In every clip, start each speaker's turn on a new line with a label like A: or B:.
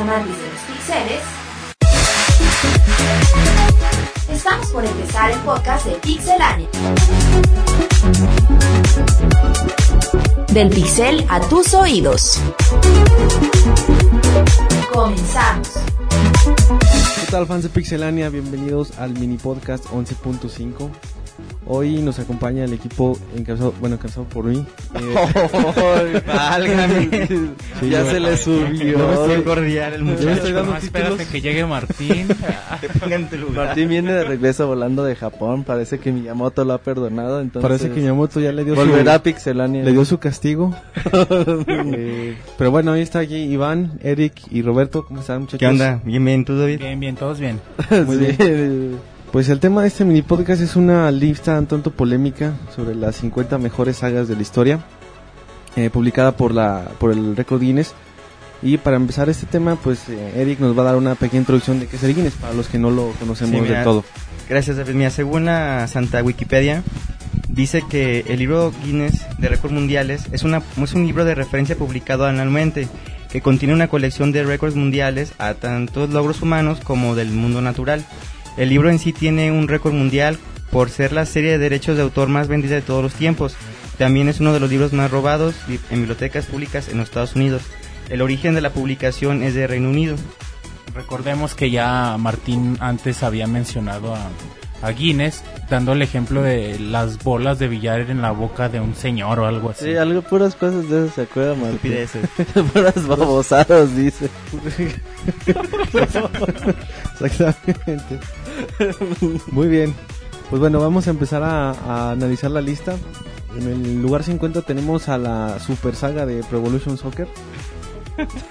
A: amantes de los pixeles, estamos por empezar el podcast de Pixelania. Del pixel a tus oídos. Comenzamos.
B: ¿Qué tal fans de Pixelania? Bienvenidos al mini podcast 11.5. Hoy nos acompaña el equipo encabezado, bueno, encabezado por mí. Eh,
C: Válgame.
B: Sí,
C: ya
B: yo-
C: se le subió.
B: yo me estoy-
C: cordial el
B: yo me estoy dando
D: Nomás
B: títulos.
D: espérate que llegue Martín.
C: Martín viene de regreso volando de Japón. Parece que Miyamoto lo ha perdonado. Entonces
B: Parece que Miyamoto ya le dio,
C: volverá a
B: su,
C: Pixelania.
B: le dio su castigo. Eh, pero bueno, hoy está aquí Iván, Eric y Roberto. ¿Cómo están, muchachos?
E: ¿Qué onda? Bien, bien, ¿tú, David?
D: Bien, bien, todos bien.
B: Muy bien. Pues el tema de este mini podcast es una lista un tanto polémica sobre las 50 mejores sagas de la historia, eh, publicada por la por el récord Guinness. Y para empezar este tema, pues eh, Eric nos va a dar una pequeña introducción de qué es el Guinness para los que no lo
E: Sí,
B: conocemos
E: mira.
B: de todo.
E: Gracias, David. Mira, según la Santa Wikipedia, dice que el libro Guinness de récords mundiales es, una, es un libro de referencia publicado anualmente que contiene una colección de récords mundiales a tantos logros humanos como del mundo natural. El libro en sí tiene un récord mundial por ser la serie de derechos de autor más vendida de todos los tiempos. También es uno de los libros más robados bi- en bibliotecas públicas en los Estados Unidos. El origen de la publicación es de Reino Unido.
D: Recordemos que ya Martín antes había mencionado a, a Guinness, dando el ejemplo de las bolas de billar en la boca de un señor o algo así.
C: Sí, algo, puras cosas de esas se acuerda, Martín.
E: Estupideces.
C: puras babosadas, dice.
B: Exactamente. Muy bien. Pues bueno, vamos a empezar a, a analizar la lista. En el lugar 50 tenemos a la super saga de Pro Evolution Soccer.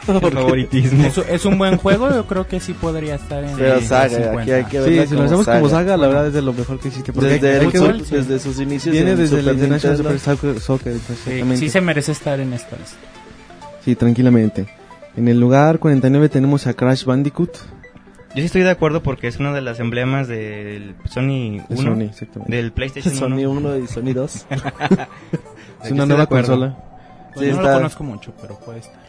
E: Por favoritismo.
D: Es, es un buen juego, yo creo que sí podría estar en
C: Pero
D: en los
C: saga,
D: 50.
C: aquí hay que
B: Sí,
C: verla
B: si lo hacemos como
C: saga.
B: saga, la verdad es de lo mejor que existe. porque
C: Desde,
B: hay-
C: el
B: hay que-
D: fútbol,
C: su-
D: sí.
C: desde sus inicios
B: Viene
C: en
B: desde la
C: Super
B: International
C: Nintendo.
B: Super Soccer, Soccer,
D: Sí,
B: exactamente.
D: sí
B: Sí,
D: se merece estar en esta lista.
B: tranquilamente. En el lugar 49 tenemos a Crash Bandicoot.
E: Yo sí estoy de acuerdo porque es uno de las emblemas del Sony 1,
B: de Sony, exactamente.
E: del PlayStation
C: Sony
E: 1.
C: 1 y Sony 2.
B: es
E: Aquí
B: una
E: estoy de
B: nueva
E: acuerdo.
B: consola.
D: Pues
C: Sí,
D: no
C: está-
D: lo conozco mucho, pero puede estar.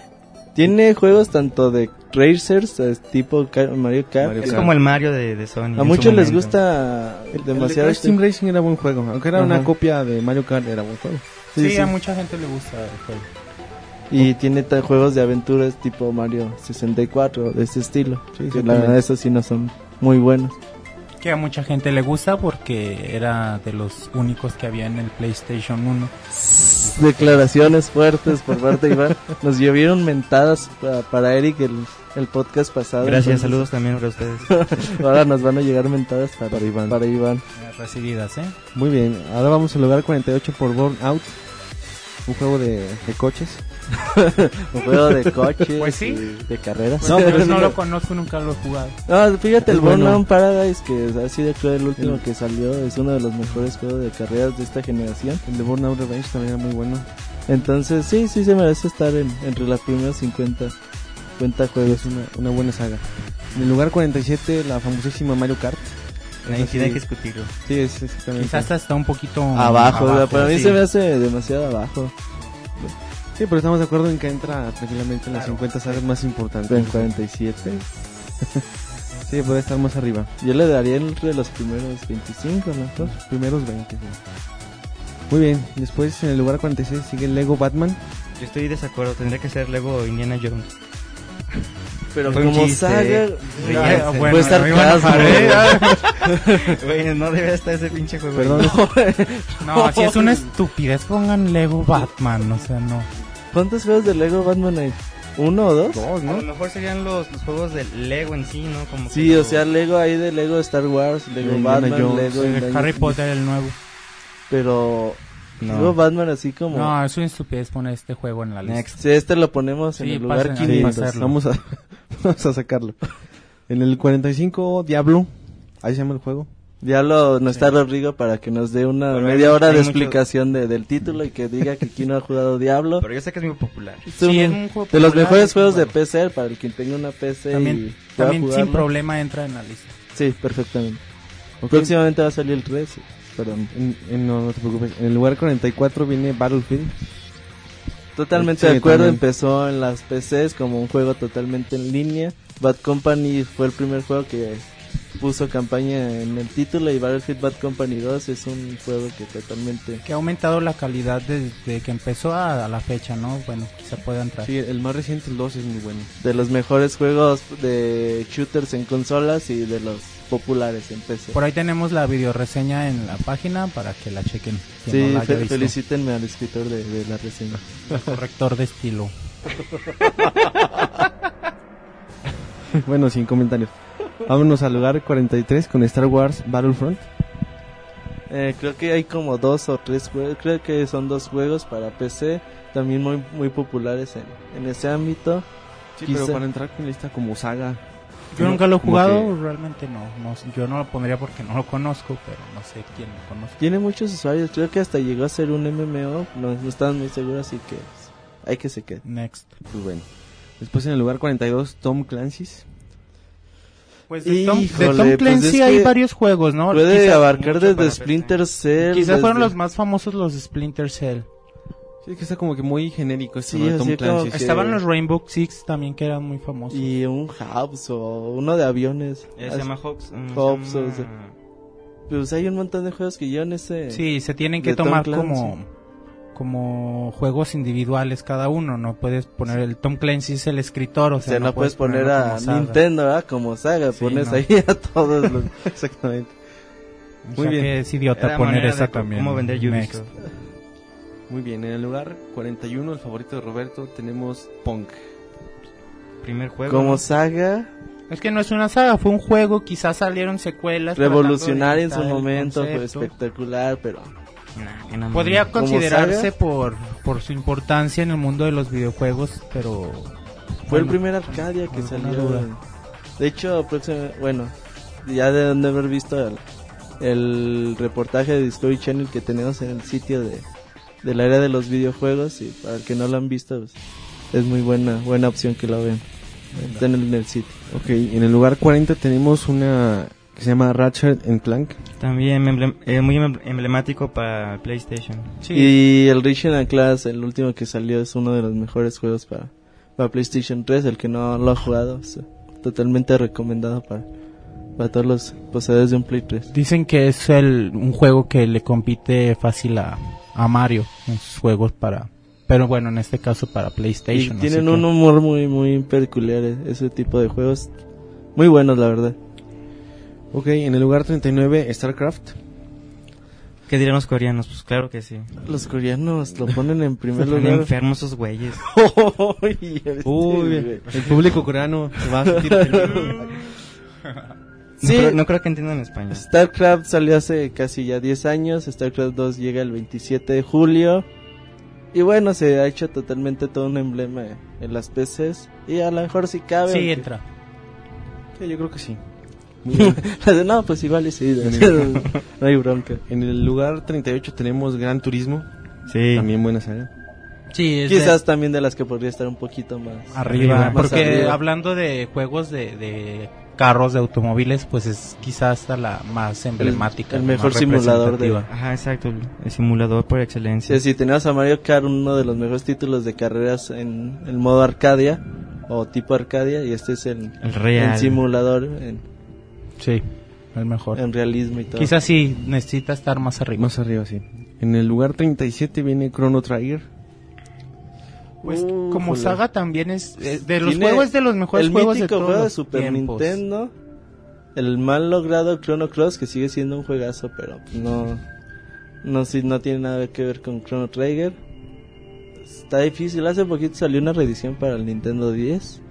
C: Tiene juegos tanto de racers, eh, tipo Ca- Mario Kart.
B: Mario
C: que
E: Es
B: Claro.
E: como el Mario de, de Sony. en
C: A
E: su
C: muchos les
E: momento.
C: gusta demasiado
B: El de Crash
C: este-
B: Team Racing era buen juego. Aunque era una
C: Ajá.
B: copia de Mario Kart, era buen juego.
C: Sí,
D: Sí,
C: sí.
D: a mucha gente le gusta el juego.
C: y tiene ta- juegos de aventuras tipo Mario 64 de este estilo.
B: Sí,
C: que la verdad esos sí no son muy buenos.
D: Que a mucha gente le gusta porque era de los únicos que había en el PlayStation 1.
C: Declaraciones fuertes por parte de Iván. Nos llovieron mentadas pa- para Eric el, el podcast pasado. entonces
E: Gracias, saludos también para ustedes.
C: Ahora nos van a llegar mentadas para,
B: Para Iván.
C: Iván. Para Iván.
D: eh, Recibidas, ¿eh?
B: Muy bien, ahora vamos al lugar 48 por Burnout. Un juego de, de coches.
C: Un juego de coches.
D: Pues sí.
C: y De carreras.
D: No, pero no lo conozco, nunca lo he jugado.
C: No, fíjate, el
B: Es bueno.
C: Burnout Paradise, que ha sido creo el último que salió, es uno de los mejores juegos de carreras de esta generación.
B: El de Burnout Revenge también era muy bueno.
C: Entonces, sí, sí se merece estar en, entre las primeras 50, 50 juegos.
B: Es una, una buena saga. En el lugar 47, la famosísima Mario Kart.
E: Nadie
B: Eso sí.
E: tiene que discutirlo.
B: Sí, es exactamente.
D: Quizás está un poquito
C: Abajo, o sea, para mí
E: sí.
C: se me hace demasiado abajo.
B: Sí, pero estamos de acuerdo en que entra tranquilamente en las 50 sagas más importantes.
C: En 47.
B: Sí, puede estar más arriba.
C: Yo le daría entre los primeros 25, ¿no?
B: Los primeros 20. sí. Muy bien, después en el lugar 46 sigue el Lego Batman.
E: Yo estoy de desacuerdo, tendría que ser luego Indiana Jones.
C: Pero
E: Fue un
C: como
E: chiste.
C: saga, Ah,
E: Sí,
C: no,
E: ya sé.
C: fue
D: Bueno,
C: sarcasmo. Ah,
E: Güey, no debe estar ese pinche juego.
B: Perdón,
E: ahí.
D: No, si es una estupidez, pongan Lego Batman, o sea, no.
C: ¿Cuántos juegos de Lego Batman hay? ¿Uno o dos?
B: dos,
E: A lo
B: ¿no?
E: mejor serían los, los juegos del Lego en sí, ¿no? Como que
C: Sí,
E: lo-
C: o sea, Lego ahí de Lego Star Wars, Lego
B: Indiana
C: Batman,
B: Jones,
C: Lego Indiana-
D: Eh, Harry Potter el nuevo.
C: Pero
E: No.
C: Lego Batman así como...
D: No, es una estupidez poner este juego en la lista.
E: Next.
C: Si este lo ponemos en
D: Sí,
C: el lugar
D: pasen,
B: Sí,
C: 500.
D: pasarlo.
B: vamos a, vamos a sacarlo. En el 45, Diablo. Ahí se llama el juego.
C: Diablo no está Rodrigo para que nos dé una
E: Pero
C: media
E: hay-
C: hora
E: hay
C: de
E: mucho-
C: explicación de- del título y que diga que aquí no ha jugado Diablo.
E: Pero yo sé que es muy popular.
C: Es
D: Sí,
C: un-
D: es un juego
C: de los
D: popular,
C: mejores
D: es
C: juegos
D: un
C: de
D: juego.
C: PC para el que tenga una PC y
D: También,
C: pueda
D: también sin
C: jugarlo.
D: problema entra en la lista.
C: Sí, perfectamente.
B: Ok.
C: Próximamente va a salir el 3. Perdón.
B: En- en- no, no te preocupes. En el lugar 44 viene Battlefield.
C: Totalmente
B: Sí,
C: de acuerdo,
B: también.
C: empezó en las PCs como un juego totalmente en línea. Bad Company fue el primer juego que puso campaña en el título y Battlefield Bad Company 2 es un juego que totalmente...
F: Que ha aumentado la calidad desde que empezó a, a la fecha, ¿no? Bueno, quizá pueda entrar.
B: Sí, el más reciente, el 2, es muy bueno.
C: de los mejores juegos de shooters en consolas y de los populares en PC.
F: Por ahí tenemos la videoreseña en la página para que la chequen. quien
C: Sí,
F: no la haya
C: fe-
F: visto.
C: felicítenme al escritor de, de la reseña.
F: Corrector de estilo.
B: bueno, sin comentarios. Vámonos al lugar 43 con Star Wars Battlefront.
C: Eh, creo que hay como dos o tres juegos, creo que son dos juegos para PC, también muy muy populares en, en ese ámbito.
B: Sí,
C: Quizá-
B: pero para entrar con lista como saga.
D: Yo
B: No,
D: nunca lo he
B: como
D: jugado, realmente no, no. Yo no lo pondría porque no lo conozco, pero no sé quién lo conoce.
C: Tiene muchos usuarios, creo que hasta llegó a ser un MMO, no, no están muy seguros, así que pues, hay que se quede.
D: Next.
B: Pues bueno. Después en el lugar 42, Tom Clancy's.
D: Pues
C: de
D: de
C: Tom-
D: Tom,
C: de Híjole, Tom pues Clancy
D: Clancy
C: es que hay
D: hay
C: varios
D: varios juegos, ¿no?
C: Puede abarcar desde Splinter Cell.
D: Quizás fueron
C: desde-
D: los más famosos los de Splinter Cell.
B: Sí, es que está como que muy genérico este
C: Sí,
B: ¿no? de Tom
C: así como
B: Clancy's.
C: que-
D: Estaban los Rainbow Six también que eran muy famosos.
C: Y un Hubs o uno de aviones.
E: Eh,
C: Así-
E: se llama Hobbs. mm, se
C: Hobbs,
E: llama-
C: o Pues hay un montón de juegos que yo en ese...
D: Sí, se tienen
C: eh, de
D: que
C: Tom
D: tomar
C: Clancy.
D: como como juegos individuales cada uno, no puedes poner el Tom Clancy es el escritor, o
C: O
D: sea,
C: sea, no, puedes poner
D: ponerlo
C: a
D: como saga.
C: Nintendo, ¿verdad? Como saga,
D: Sí,
C: pones
D: no.
C: ahí a todos los...
B: Exactamente.
D: O sea
B: Muy bien.
D: que es idiota
E: Era
D: poner
E: manera
D: esa
E: de co-
D: también.
E: cómo vender
D: Next.
E: Ubisoft.
B: Muy bien. En el lugar 41, el favorito de Roberto, tenemos Punk.
E: Primer juego.
C: Como saga,
D: Es que no es una saga, fue un juego, quizás salieron secuelas.
C: revolucionaria en su
D: tratando de
C: momento, pues,
D: imitar el
C: fue
D: concepto.
C: espectacular, pero...
E: Nah, no,
D: Podría
C: ¿Como
D: considerarse
C: saga?
D: por, por su importancia en el mundo de los videojuegos, pero...
C: Fue el
D: bueno,
C: primer Arcadia que
D: alguna
C: salió.
D: duda.
C: De hecho, próxima- bueno, ya deben de haber visto el, el reportaje de Discovery Channel que tenemos en el sitio de, del área de los videojuegos y para el que no lo han visto, pues, es muy buena buena opción que lo vean. Está en el, en el sitio.
B: Ok, en el lugar 40 tenemos una que se llama Ratchet and Clank.
E: También emblem- eh, muy emblem- emblemático para PlayStation.
D: Sí,
C: Y el Rich and Class, el último que salió, es uno de los mejores juegos para, para PlayStation 3. El que no lo ha jugado, es totalmente recomendado para, para todos los poseedores de un Play 3.
D: Dicen que es el, un juego que le compite fácil a, a Mario en sus juegos para... Pero bueno, en este caso para
C: Y
D: PlayStation.
C: tienen
D: así
C: un
D: que-
C: humor muy muy peculiar eh, ese tipo de juegos. Muy buenos, la verdad.
B: Ok, en el lugar 39, StarCraft.
E: ¿Qué dirán los coreanos? Pues claro que sí.
C: Los coreanos lo ponen en primer
E: Están
C: lugar.
E: enfermos esos güeyes.
C: Uy,
B: Uy, el público coreano se va a sentir ofendido.
E: No,
C: Sí.
E: creo, no creo que entiendan español.
C: StarCraft salió hace casi ya 10 años. StarCraft 2 llega el 27 de julio. Y bueno, se ha hecho totalmente todo un emblema en las PCs. Y a lo mejor si cabe.
D: Sí,
C: aunque-
D: entra.
B: Sí, yo creo que sí. Muy bien.
C: no, pues igual y sí. no hay bronca.
B: En el lugar 38 tenemos Gran Turismo,
E: Sí.
B: también buena saga.
D: Sí, es de- Ah.
C: Quizás también de las que podría estar un poquito más.
D: arriba.
E: arriba,
D: porque
C: más arriba.
D: hablando de juegos de, de carros, de automóviles, pues es quizás hasta la más emblemática.
C: el
D: la
C: mejor
D: más
C: simulador de-
D: representativa.
E: Ajá, exacto. El simulador por excelencia.
C: Sí, si tenías a Mario Kart, uno de los mejores títulos de carreras en el modo Arcadia o tipo Arcadia, y este es el,
E: El real.
C: el simulador en,
D: Sí, el mejor.
C: en realismo y todo.
D: Quizás sí, necesita estar más arriba.
B: Más arriba, sí. En el lugar 37 viene Chrono Trigger.
D: Pues
C: Uh,
D: como
C: jole.
D: saga también es eh, de los
C: Tiene
D: juegos de los mejores
C: el
D: juegos de
C: mítico
D: todos
C: juego de
D: los
C: Super
D: tiempos.
C: Nintendo, el mal logrado Chrono Cross, que sigue siendo un juegazo, pero no, no, sí, no tiene nada que ver con Chrono Trigger. Está difícil, hace poquito salió una reedición para el Nintendo 10,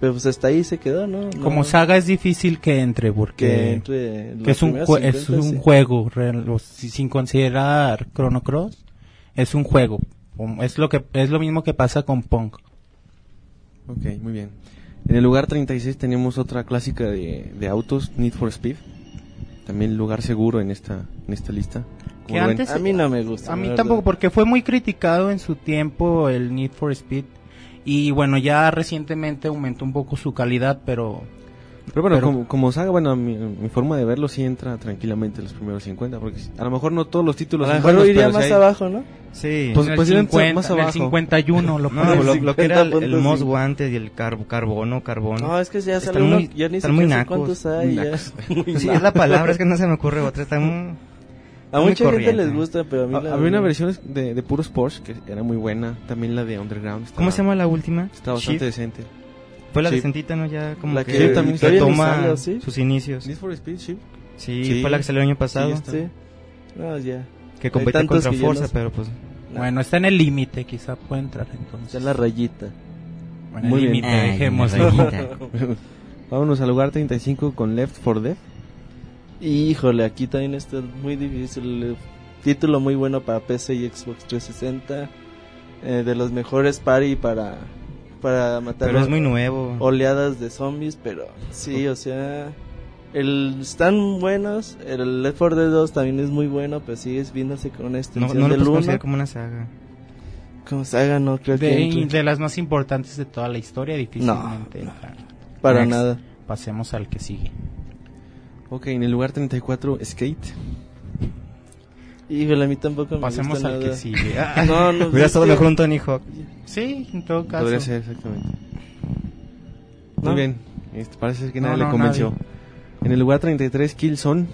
C: pero pues hasta ahí se quedó, ¿no? No-
D: Como saga es difícil que entre porque
C: que entre los
D: que es un
C: primeros
D: jue- es
C: 50,
D: un
C: sí.
D: juego real, o si- sin considerar Chrono Cross es un juego. Um, Es lo que es lo mismo que pasa con Punk.
B: Ok, muy bien. En el lugar 36 tenemos otra clásica de, de autos, Need for Speed. También lugar seguro en esta, en esta lista. Como
D: Que
B: lo ven.
D: antes-
C: A mí no me gusta.
D: A mí
C: Pues, la
D: tampoco,
C: verdad.
D: porque fue muy criticado en su tiempo el Need for Speed. Y bueno, ya recientemente aumentó un poco su calidad, pero
B: Pero bueno,
F: Pero-
B: como, como saga, bueno, mi, mi forma de verlo sí entra tranquilamente los primeros 50, porque a lo mejor no todos los
C: A
B: títulos
C: lo
B: son
C: mejor
B: buenos,
C: iría
B: pero sí
C: más
B: hay-
C: abajo, ¿no?
E: Sí.
B: Pues-
F: en el
B: pues, eran
F: 50,
B: más
F: en el
B: abajo.
F: 51 lo
E: No,
C: pues,
F: pones.
E: lo, lo que era el, el
C: 50.5.
E: Mos Wanted y el car- carbono, carbón.
C: No, es que ya
E: Están
C: sale uno,
E: muy-
C: ya ni
E: están muy
C: siquiera sé
E: nacos,
C: cuántos hay.
E: muy
C: ya.
E: nacos.
C: Muy
E: sí,
C: naco.
E: es la palabra, es que no se me ocurre otra. Está muy...
C: A
E: muy
C: mucha gente
E: corriente.
C: les gusta, pero a mí
B: Ah,
C: la
B: Había una
C: verdad-
B: versión de, de puros Porsche que era muy buena. También la de Underground. estaba-
E: ¿Cómo se llama la última?
B: Está bastante
E: Shift.
B: decente.
E: Fue la
B: Sí.
E: decentita, ¿no? Ya como
C: La
E: que,
B: que también
E: se
B: todavía
C: ni
E: toma
C: sale, ¿o sí?
E: sus inicios.
B: Need for Speed, sí.
E: Sí,
B: Sí.
E: fue la que salió el año
B: Sí,
E: pasado.
B: está.
C: Sí. No, ya.
E: que competía
C: tantas
E: contra
C: que ya
E: Forza,
C: no sé.
E: pero pues...
F: Bueno, está en el límite, quizá puede entrar entonces.
C: Ya la rayita.
F: Bueno,
B: Muy
F: el
B: bien.
D: límite, dejemos.
B: Vámonos al lugar 35 con Left 4 Dead.
C: Híjole, aquí también está muy difícil. eh, Título muy bueno para PC y Xbox 360. eh, de los mejores party para, para matar
E: Pero
C: a-
E: es muy nuevo.
C: oleadas de zombies, pero sí, o sea, el, están buenos. El Left 4 Dead 2 también es muy bueno, pero sigue viéndose con una
E: No,
C: extensión
E: no lo
C: del
E: puedes
C: 1.
E: considerar como una saga.
C: Como saga, no creo que
D: De,
C: entre.
D: de las más importantes de toda la historia, difícilmente.
C: No, no.
D: entra.
C: para
D: Next.
C: nada.
D: Pasemos al que sigue.
B: Ok, en el lugar 34, Skate.
C: Híjole, a mí tampoco me
D: Pasemos
C: gusta
D: al
C: nada.
D: que sigue. Ah,
C: No, no.
E: Hubiera
C: es
E: estado
C: que-
E: mejor un Tony Hawk.
D: sí, en todo caso.
B: Podría ser, exactamente.
C: ¿No?
B: Muy bien. Este, parece ser que
D: No,
B: nadie
D: no,
B: le convenció.
D: nadie.
B: En el lugar 33, Killzone.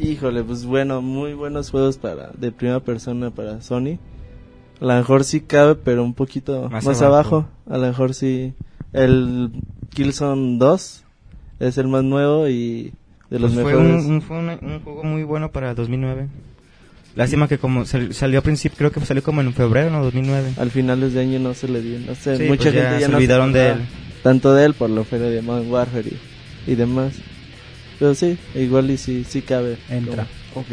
C: Híjole, pues bueno, muy buenos juegos para de primera persona para Sony. A lo mejor sí cabe, pero un poquito
E: Más
C: más,
E: abajo.
C: abajo. A lo mejor sí. El Killzone 2 es el más nuevo y de los
E: Pues fue, un,
C: mejores.
E: un- fue un- un juego muy bueno para el 2009. Lástima que como sal- salió a principio, creo que salió como en febrero, ¿no? 2009.
C: Al final de año no se le dio. No sé,
E: Sí,
C: mucha
E: pues ya
C: gente ya,
E: se
C: no
E: olvidaron de
C: acordaba
E: él.
C: Tanto de él por la oferta de Modern Warfare y, y demás. Pero sí, igual y sí, sí cabe.
D: Entra.
B: Ok.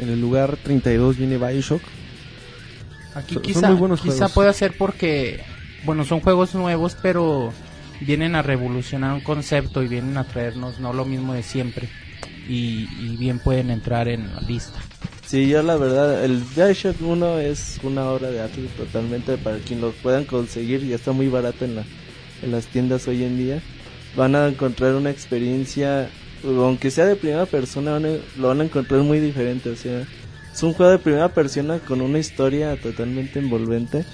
B: En el lugar 32 viene Bioshock.
D: Aquí
B: Son- son
D: quizá,
B: muy buenos
D: quizá
B: juegos.
D: pueda ser porque, bueno, son juegos nuevos, pero vienen a revolucionar un concepto y vienen a traernos no lo mismo de siempre. Y, y bien pueden entrar en la lista.
C: Sí, yo la verdad, el Bioshock 1 es una obra de arte totalmente para quien lo puedan conseguir, ya está muy barato en, la- en las tiendas hoy en día. Van a encontrar una experiencia, aunque sea de primera persona, van a- lo van a encontrar muy diferente. O sea, es un juego de primera persona con una historia totalmente envolvente.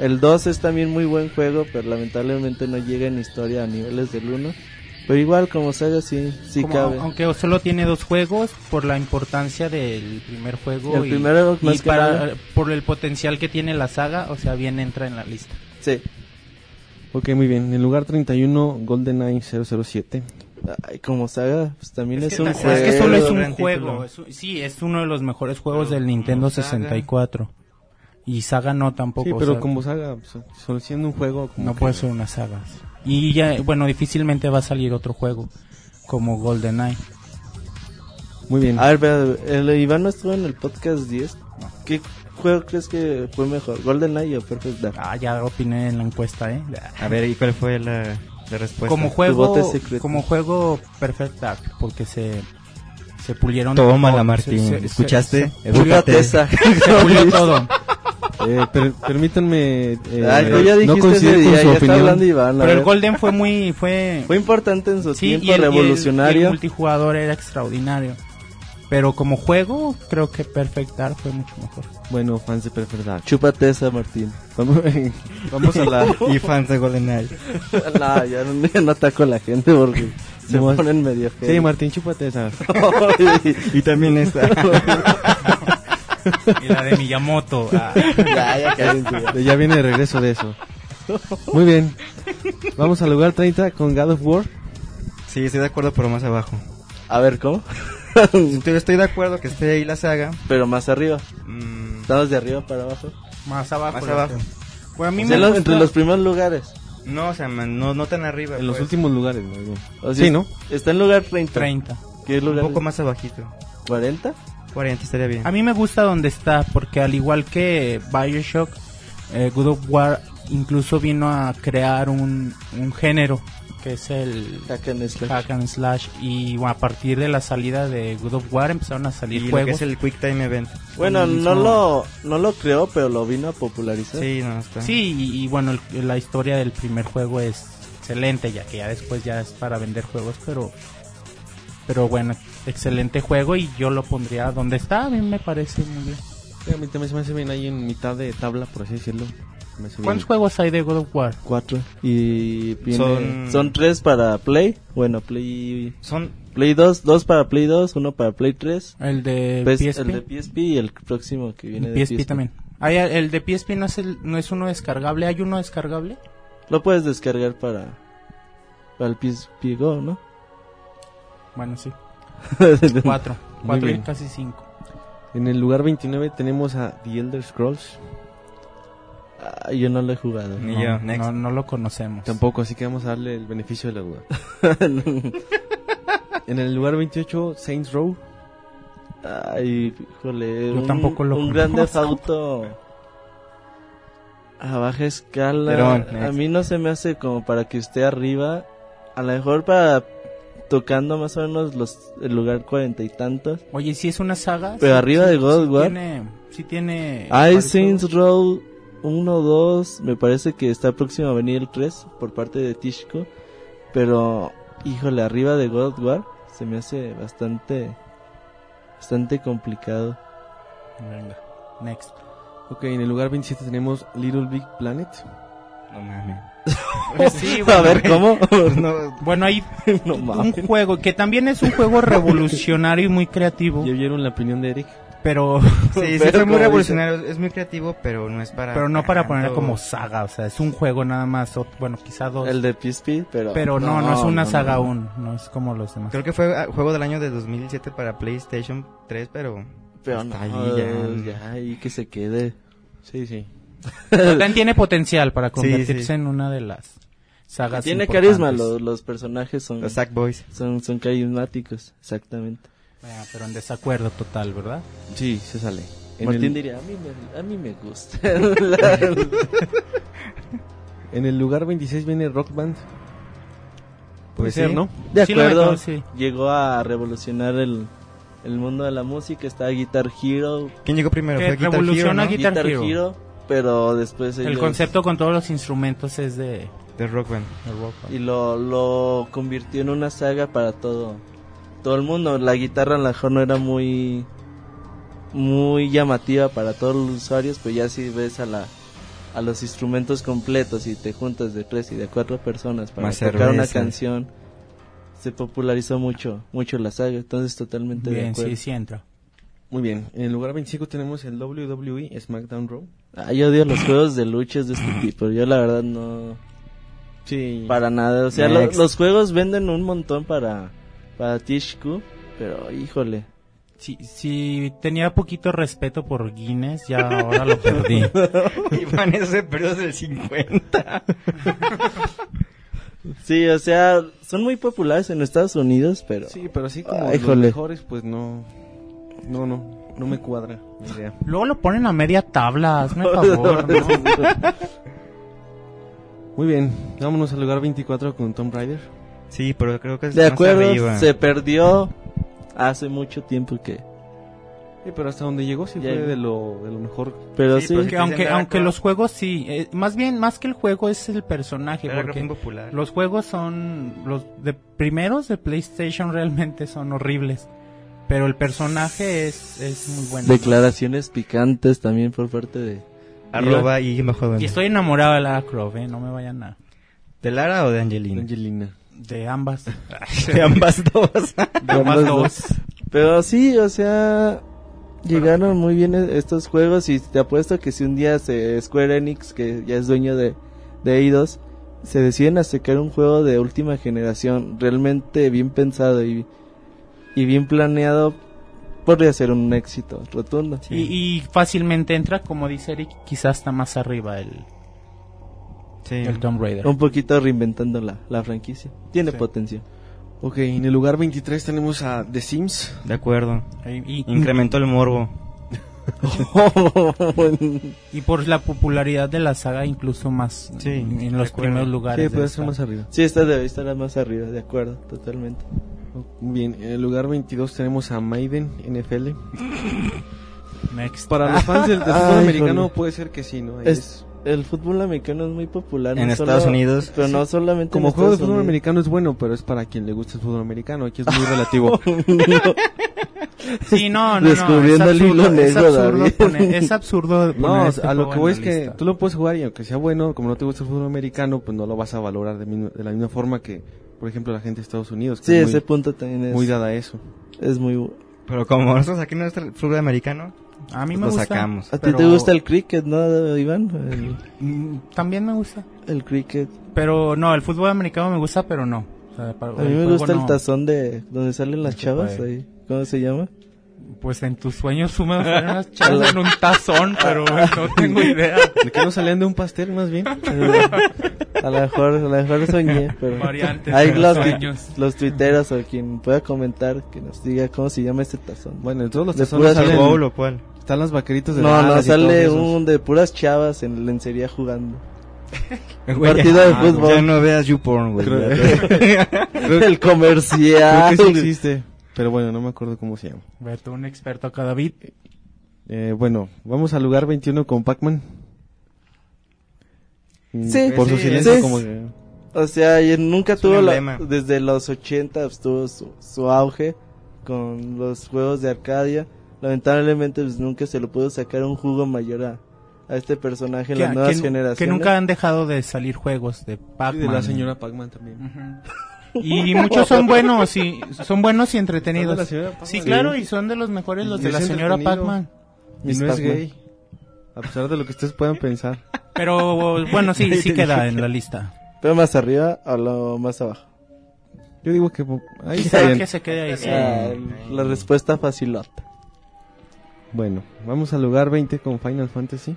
C: El 2 es también muy buen juego, pero lamentablemente no llega en historia a niveles del 1. Pero igual, como saga, sí, sí
D: Como-
C: cabe.
D: Aunque solo tiene dos juegos, por la importancia del primer juego
C: El primero,
D: y
C: más que
D: para-
C: nada.
D: por el potencial que tiene la saga, o sea, bien entra en la lista.
C: Sí.
B: Ok, muy bien. En el lugar 31, GoldenEye 007.
C: Ay, como saga, pues también es,
E: que
C: un
E: la
C: juego.
E: saga-
D: es que solo es
E: gran
D: un
E: título.
D: juego. es un- sí, es uno de los mejores juegos del Nintendo
E: saga.
D: 64. Y saga no tampoco.
B: Sí,
D: o
B: pero
D: sea,
B: como saga, o sea, solo siendo un juego. Como
D: No
B: que-
D: puede ser una saga. Y ya, bueno, difícilmente va a salir otro juego como GoldenEye.
B: Muy bien.
C: A ver, espera, el Iván no estuvo en el podcast 10. ¿Qué juego crees que fue mejor? ¿GoldenEye o Perfect Dark?
D: Ah, ya opiné en la encuesta, ¿eh?
E: A ver, ¿y cuál fue la, la respuesta?
D: Como
C: voto
D: juego,
C: es secreto.
D: como juego Perfect Dark, porque se, se pulieron.
E: Toma
D: todo,
E: la
D: se-
E: Martín,
D: se- se-
E: ¿escuchaste?
D: se-
E: Edúcate.
C: Esa.
D: Se pulió todo.
B: Eh, per- permítanme. eh,
C: Ay, tú ya
B: no
C: dijiste
B: coincidir con
C: ese día,
B: su
C: ya está
B: opinión.
C: hablando Iván. a
D: Pero el
C: ver.
D: Golden fue muy, fue,
C: Fue importante en su
D: Sí,
C: tiempo,
D: y el, y el- y el
C: revolucionario.
D: multijugador era extraordinario. Pero como juego, creo que Perfect Dark fue mucho mejor.
B: Bueno, fans de Perfect Dark.
C: Chúpate esa, Martín.
B: Vamos, vamos a la.
E: Y fans de GoldenEye.
C: no, ya no, ya no ataco a la gente porque se
B: No,
C: ponen medio
B: Sí,
C: heavy.
B: Martín, chúpate esa.
E: Y también esta.
D: Y la de Miyamoto. ah.
C: Ya, ya cállense, ya.
B: Ya viene de regreso de eso. Muy bien. Vamos al lugar 30 con God of War.
E: Sí, estoy de acuerdo, pero más abajo.
C: A ver, ¿cómo?
E: Estoy, estoy de acuerdo que esté ahí la saga.
C: Pero más arriba.
E: Mm,
C: Estamos de arriba para abajo.
D: más abajo.
E: Más
D: la
E: abajo.
D: gente. Pues a mí
C: O
D: me
C: sea, los-
D: gusta-
C: entre los primeros lugares.
E: no, o sea, man, no, no tan arriba.
B: En los
E: pues.
B: últimos lugares, más bien.
C: O sea,
B: Sí, ¿no?
C: Está en lugar 30.
D: 30.
C: ¿Qué
E: Un
C: lugar?
E: poco
C: es?
E: más abajito.
C: 40.
E: 40 estaría bien.
D: A mí me gusta donde está, porque al igual que Bioshock, eh, God of War incluso vino a crear un, un género, que es el
C: Hack and slash.
D: hack and slash. Y bueno, a partir de la salida de God of War empezaron a
E: Y
D: salir
E: lo que
D: juegos.
E: es el Quick Time Event.
C: Bueno,
D: mismo-
C: no lo, no lo creó, pero lo vino a popularizar.
E: Sí, no, está.
D: Sí, y, y bueno, el- la historia del primer juego es excelente, ya que ya después ya es para vender juegos, pero pero bueno, excelente juego y yo lo pondría donde está, a mí me parece muy bien.
B: Sí, a mí también se me hace bien ahí en mitad de tabla, por así decirlo. Se me hace bien.
D: ¿Cuántos juegos hay de God of War?
C: Cuatro.
B: Y viene-
E: Son-
C: Son tres para Play. Bueno, Play
E: Son
C: Play 2, dos para Play 2, uno para Play 3.
D: El de
C: pues,
D: PSP.
C: El de PSP y el próximo que viene de
D: PSP también. Hay, el de PSP no es, el, no es uno descargable, ¿hay uno descargable?
C: Lo puedes descargar para, para el PSP Go, ¿no?
D: Bueno, sí. Cuatro. Cuatro y
B: bien.
D: casi cinco.
B: En el lugar 29 tenemos a The Elder Scrolls.
C: Ah, yo no lo he jugado.
E: Ni
D: No,
E: yo, next.
D: no, no lo conocemos.
B: Tampoco, así que vamos a darle el beneficio de la duda. en el lugar 28, Saints Row.
C: Ay, híjole.
D: Yo
C: un,
D: tampoco lo
C: Un grande
D: conozco.
C: auto a baja escala.
E: Lerón,
C: a
E: next.
C: mí no se me hace como para que esté arriba. A lo mejor para tocando más o menos los, el lugar cuarenta y tantos.
D: Oye, si es una saga.
C: Pero
D: sí-
C: arriba
D: sí-
C: de God of
D: sí
C: War.
D: Tiene, sí tiene.
C: Hay
D: varios
C: Saints
D: juegos.
C: Row 1, 2. Me parece que está próximo a venir el 3 por parte de Tishko. Pero, híjole, arriba de God of War se me hace bastante. Bastante complicado.
D: Venga, next.
B: Ok, en el lugar 27 tenemos Little Big Planet.
E: No mames.
D: Sí,
C: a
D: bueno,
C: ver, ¿cómo?
E: No,
D: Bueno, hay
C: no
D: un
C: mames.
D: juego que también es un juego revolucionario y muy creativo.
B: ¿Ya vieron la opinión de Eric?
D: Pero,
E: sí, sí,
C: Pero
E: fue muy
C: como
E: revolucionario, es muy creativo, pero no es para.
D: pero no para ponerlo
E: tanto.
D: como saga. O sea, es un juego nada más. o- bueno, quizá dos.
C: El de PSP, pero.
D: Pero no, no, es una
C: no,
D: saga
C: no.
D: aún. No es como los demás.
E: Creo que fue ah, juego del año de 2007 para PlayStation 3, pero.
C: Pero
E: Está
C: no,
E: ahí ya.
C: ya, y que se quede.
B: Sí, sí.
D: También tiene potencial para convertirse
E: sí.
D: en una de las sagas.
C: Tiene
D: importantes.
C: carisma, los, los personajes son,
E: Los Sackboys.
C: son, son carismáticos, exactamente.
D: Bueno, Ah, pero en desacuerdo total, ¿verdad?
B: Sí, se sale. En
C: Martín
B: el-
C: diría, a mí me, a mí me gusta.
B: En el lugar 26 viene Rock Band. Puede
E: Pues
B: ser,
E: sí.
B: ¿no?
C: De
D: Sí, lo
C: acuerdo,
D: meto, sí.
C: llegó a revolucionar el, el mundo de la música. Estaba Guitar Hero,
E: ¿Quién llegó primero?
D: Que
E: Fue Guitar Hero,
D: revoluciona
E: ¿no?
D: Guitar Hero.
C: pero después
D: El
C: ellos-
D: concepto con todos los instrumentos es de,
E: De Rock Band.
D: de Rock Band.
C: y lo, lo convirtió en una saga para todo todo el mundo. La guitarra a lo mejor no era muy muy llamativa para todos los usuarios, pero ya si ves a la a los instrumentos completos y te juntas de tres y de cuatro personas para
E: Más
C: tocar una
E: cerveza.
C: canción, se popularizó mucho mucho la saga. Entonces totalmente de
D: Bien,
C: acuerdo.
D: sí, sí entra.
B: Muy bien. En el lugar 25 tenemos el WWE SmackDown Raw.
C: Ah, yo odio los juegos de luchas de este tipo. Yo la verdad no...
B: Sí.
C: Para nada. O sea, lo-
E: Next.
C: los juegos venden un montón para, para Tishku. Pero, híjole.
D: Si, si tenía poquito respeto por Guinness, ya ahora lo perdí.
E: Iván, eso se perdió desde el 50.
C: Sí, o sea, son muy populares en Estados Unidos, pero...
B: Sí, pero así como
C: Ah,
B: los
C: híjole.
B: mejores, pues no. No, no. No me cuadra la idea.
D: Luego lo ponen a media tabla, hazme el favor. ¿no?
E: pues,
B: Muy bien. Vámonos al lugar 24 con Tomb Raider.
E: Sí, pero creo que es
C: De
E: pues, más
C: acuerdo,
E: arriba.
C: se perdió hace mucho tiempo que...
B: Sí, pero hasta donde llegó sí
C: Ya.
B: fue de lo, de lo mejor.
C: Pero
E: Sí, pues,
C: sí,
E: pero
D: Que
E: sí.
D: aunque, aunque los juegos sí, eh, más bien, más que el juego es el personaje,
E: Era
D: porque
E: Rock Band popular.
D: Los juegos son los de primeros de PlayStation realmente son horribles, pero el personaje es, es muy bueno.
C: declaraciones picantes también por parte de...
E: Arroba y bajo
D: Y estoy enamorado de Lara Croft, eh, no me vayan a
E: ¿De Lara o de Angelina?
B: Angelina.
D: de ambas, de
E: De ambas dos.
D: ambas
C: Ambas
D: dos.
C: Pero sí, o sea, llegaron muy bien e- estos juegos y te apuesto que si un día se- Square Enix, que ya es dueño de, de Eidos, se deciden a sacar un juego de última generación realmente bien pensado y, y bien planeado, podría ser un éxito rotundo.
D: Y, y fácilmente entra, como dice Eric, quizás está más arriba el,
E: Sí.
D: el Tomb Raider.
C: Un poquito reinventando la, la franquicia. Tiene potencial.
B: Ok, en el lugar 23 tenemos a The Sims.
E: De acuerdo.
D: Y, y-
E: Incrementó el morbo.
D: y por la popularidad de la saga incluso más
E: Sí,
D: en, en
E: de
D: los
E: acuerdo.
D: primeros lugares.
B: Sí, pues,
D: de
B: puede
D: la
B: ser
D: saga.
B: más arriba.
C: sí, esta debe estar más arriba, de acuerdo, totalmente.
B: Muy bien. En el lugar 22 tenemos a Maiden NFL.
D: Next.
B: Para los fans del, del
C: Ay,
B: fútbol americano
C: híjole.
B: puede ser que sí, ¿no? Ahí
C: Es-
B: es-
C: el fútbol americano es muy popular.
E: En Estados Unidos.
C: Pero no solamente
B: Como
C: en
B: juego de
C: Estados
B: fútbol
C: Unidos.
B: americano es bueno, pero es para quien le gusta el fútbol americano. Aquí es muy relativo.
D: Sí, no, no,
C: Descubriendo
D: no.
C: el
D: Es
C: hilo
D: absurdo, es
C: negro,
D: absurdo,
C: David.
D: poner, es absurdo poner
B: No,
D: este
B: a lo
D: juego
B: que
D: en
B: voy
D: la
B: es que
D: lista.
B: tú lo puedes jugar y aunque sea bueno, como no te gusta el fútbol americano, pues no lo vas a valorar de, mi- de la misma forma que, por ejemplo, la gente de Estados Unidos, que
C: Sí,
B: es
C: ese
B: muy,
C: punto también es
B: muy
C: muy,
B: dada a eso.
C: es muy... bu-
E: Pero como nosotros aquí no es el fútbol americano,
D: A mí
E: pues
D: me
E: lo
D: gusta. Ah,
E: sacamos.
C: ¿A ti te
D: Pero-
C: gusta el cricket, no, Iván? El,
D: Mm, También me gusta.
C: el cricket.
D: Pero no, el fútbol americano me gusta, pero no. O sea, para-
C: A mí
D: el
C: me
D: juego
C: gusta el
D: no.
C: tazón de donde salen las
D: Sí,
C: chavas
D: padre.
C: ahí. ¿Cómo se llama?
D: Pues en tus sueños húmedos salen unas chavas en un tazón, pero no tengo idea.
B: ¿De qué no salían de un pastel más bien?
C: A lo mejor, a lo mejor soñé, pero
D: Variantes
C: hay
D: de los
C: los,
D: sueños.
C: los tuiteros o quien pueda comentar que nos diga cómo se llama este tazón.
B: Bueno, en todos los
C: De
B: tazones
C: puras
B: salen-
E: ¿Al bowl o cuál?
B: están las vaqueritos Pues de
C: no, no,
B: Dallas y
C: sale
B: todos esos.
C: un de puras chavas en lencería jugando.
E: Güey,
C: partido de
E: ya-
C: fútbol.
E: Ya no veas YouPorn, güey.
B: Creo-
C: el
B: Creo que
C: comercial.
B: sí existe, pero bueno, no me acuerdo cómo se llama.
D: Vete un experto acá, David.
B: Eh, bueno, vamos al lugar 21 con Pac-Man. Mm,
C: Sí,
B: por su
E: sí,
B: silencio
C: sí.
B: como que-
C: O sea, y él nunca
E: Es un
C: tuvo la-
E: emblema.
C: desde los 80 pues, tuvo su, su auge con los juegos de Arcadia. Lamentablemente pues, nunca se lo pudo sacar un jugo mayor a, a este personaje en
D: Que-
C: las nuevas
D: que-
C: generaciones.
D: Que nunca han dejado de salir juegos de Pac-Man.
B: Pac-Man también.
D: Ujú. Y muchos son buenos y son buenos
B: Son
D: y
B: de la
D: entretenidos.
B: señora Pac-Man.
D: Sí, claro, y son de los mejores los
B: Y
D: de
B: es
D: la señora
B: entretenido.
D: Pac-Man.
B: Y
C: Miss
B: no es
C: Pac-Man.
B: gay. A pesar de lo que ustedes puedan pensar.
D: Pero bueno, sí, sí queda en la lista.
C: Pero más arriba o lo más abajo.
B: Yo digo que po- ahí está
D: Quizá
B: bien.
D: que se quede ahí. sí.
C: Ah, la respuesta facilota.
B: Bueno, vamos al lugar 20 con Final Fantasy.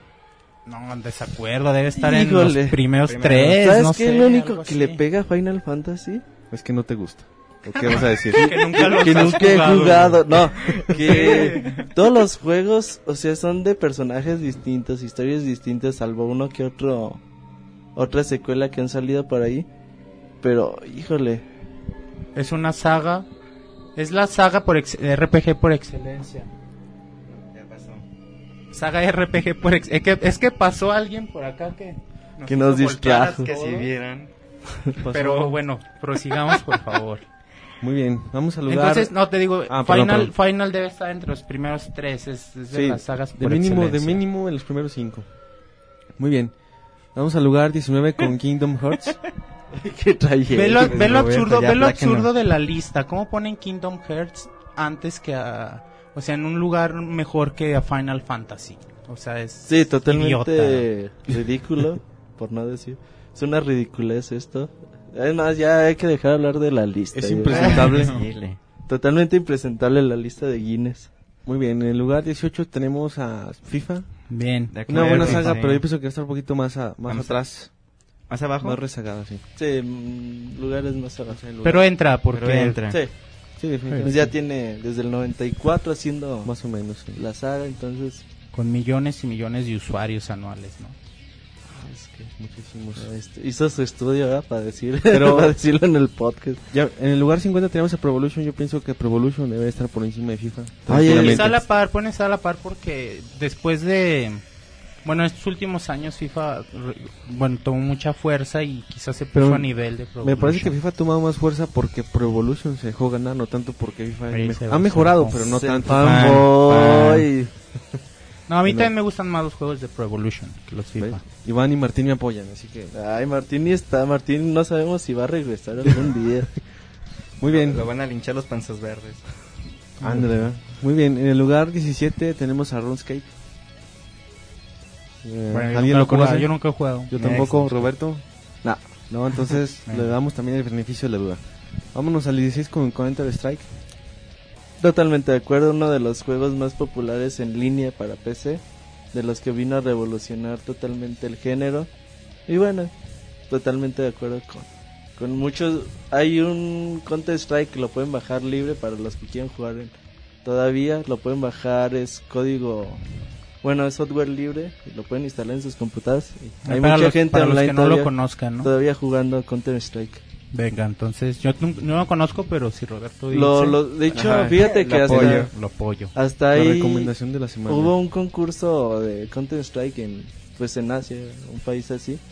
D: No, en desacuerdo, debe estar en
C: Híjole.
D: los primeros
E: Primero.
D: tres.
C: ¿Sabes
D: no
C: qué
D: sé,
C: es lo único
D: algo
C: que
D: así.
C: le pega a Final Fantasy?
B: Es que no te gusta. ¿O qué vas a decir?
D: Que nunca los
C: que
D: has
C: nunca he
D: jugado.
C: jugado. No, que todos los juegos, o sea, son de personajes distintos, historias distintas, salvo uno que otro, otra secuela que han salido por ahí. Pero, híjole,
D: Es una saga. Es la saga por ex- RPG por excelencia. Saga RPG por ex- es que, es que pasó alguien por acá que
C: Que nos
D: hizo voltear
C: distrajo.
E: Que si
D: todo.
E: vieran.
D: Pero bueno, prosigamos por favor.
B: Muy bien, vamos al lugar.
D: Entonces, no te digo,
B: Ah, perdón,
D: Final
B: perdón.
D: Final debe estar entre los primeros tres, es, es de
B: Sí,
D: las sagas
B: de
D: por
B: mínimo, de
D: excelencia.
B: mínimo en los primeros 5. Muy bien. Vamos al lugar 19 con Kingdom Hearts.
C: qué traje.
D: Ve lo,
E: Pues,
D: ve lo
E: Roberto,
D: absurdo,
E: ya
D: ve lo
E: apláquenos.
D: absurdo de la lista. ¿Cómo ponen Kingdom Hearts antes que a... O sea, en un lugar mejor que a Final Fantasy? O sea, es...
C: Sí, totalmente
D: Idiota.
C: ridículo, por no decir. Es una ridiculez esto. Además, ya hay que dejar hablar de la lista.
B: Es
C: ya.
B: impresentable.
C: Totalmente impresentable la lista de Guinness.
B: Muy bien, en el lugar 18 tenemos a FIFA.
D: Bien.
B: Una buena saga,
E: Sí.
B: pero yo pienso que va a estar un poquito más, a- más
E: Vamos a-
B: atrás.
E: ¿Más abajo?
B: Más rezagada, sí.
C: Sí, mm, lugares más abajo.
D: Pero eh. entra, porque...
E: Pero entra.
C: Sí,
B: Sí,
C: pues
B: definitivamente.
C: ya tiene desde el 94 haciendo
B: Más o menos. sí.
C: la saga, entonces
D: Con millones y millones de usuarios anuales, ¿no?
B: Muchísimos.
C: pues, este, hizo su estudio ¿verdad? para decir,
B: Pues, Pero-
C: para decirlo en el podcast.
B: Ya, en el lugar 50 tenemos a Pro Evolution. Yo pienso que Pro Evolution debe estar por encima de FIFA.
C: Ay,
B: tranquilamente.
D: Pones a la par, pones a la par porque después de... Bueno, estos últimos años FIFA, re- bueno, tomó mucha fuerza y quizás se puso
B: Pero
D: a nivel de Pro
B: Me parece que
D: Evolution.
B: FIFA ha tomado más fuerza porque Pro Evolution se dejó ganar, no tanto porque FIFA
D: Ahí
B: me-
D: se
B: ha
D: va,
B: mejorado,
D: se
B: pero no
C: Se
B: tanto.
C: fanboy.
D: No, a mí
B: No.
D: también me gustan más los juegos de Pro Evolution que los
B: ¿Ves?
D: FIFA.
B: Iván y Martín me apoyan, así que
C: Ay, Martín y está, Martín no sabemos si va a regresar algún día.
B: muy bien.
E: Lo van a linchar los panzas verdes.
B: Ándale, ¿verdad? Muy bien, en el lugar 17 tenemos a RuneScape. Eh,
D: Bueno, yo
B: ¿Alguien lo
D: nunca he jugado,
B: conoce?
D: Yo nunca he jugado. Este,
B: Yo tampoco,
E: Next.
B: Roberto.
C: No.
B: No, entonces le damos también el beneficio de la duda. Vámonos al 16 con Counter Strike.
C: Totalmente de acuerdo, uno de los juegos más populares en línea para PC, de los que vino a revolucionar totalmente el género. Y bueno, totalmente de acuerdo con, con muchos. Hay un Counter Strike que lo pueden bajar libre para los que quieran jugar en- todavía. Lo pueden bajar, es código. Bueno, es software libre, y lo pueden instalar en sus computadoras. y
D: Hay
C: Hay
D: para
C: mucha
D: los,
C: gente
D: para los
C: online
D: que no lo
C: todavía,
D: conozcan, ¿no?
C: todavía jugando Counter Strike.
D: Venga, entonces yo nun- no lo conozco, pero si Roberto dice,
C: Lo, Ah. lo- de hecho,
E: Ajá.
C: fíjate que
E: Lo apoyo.
C: hasta,
D: lo apoyo.
C: hasta
B: La
C: ahí
B: recomendación de la semana.
C: hubo un concurso de Counter Strike en, pues, en Asia, un país así.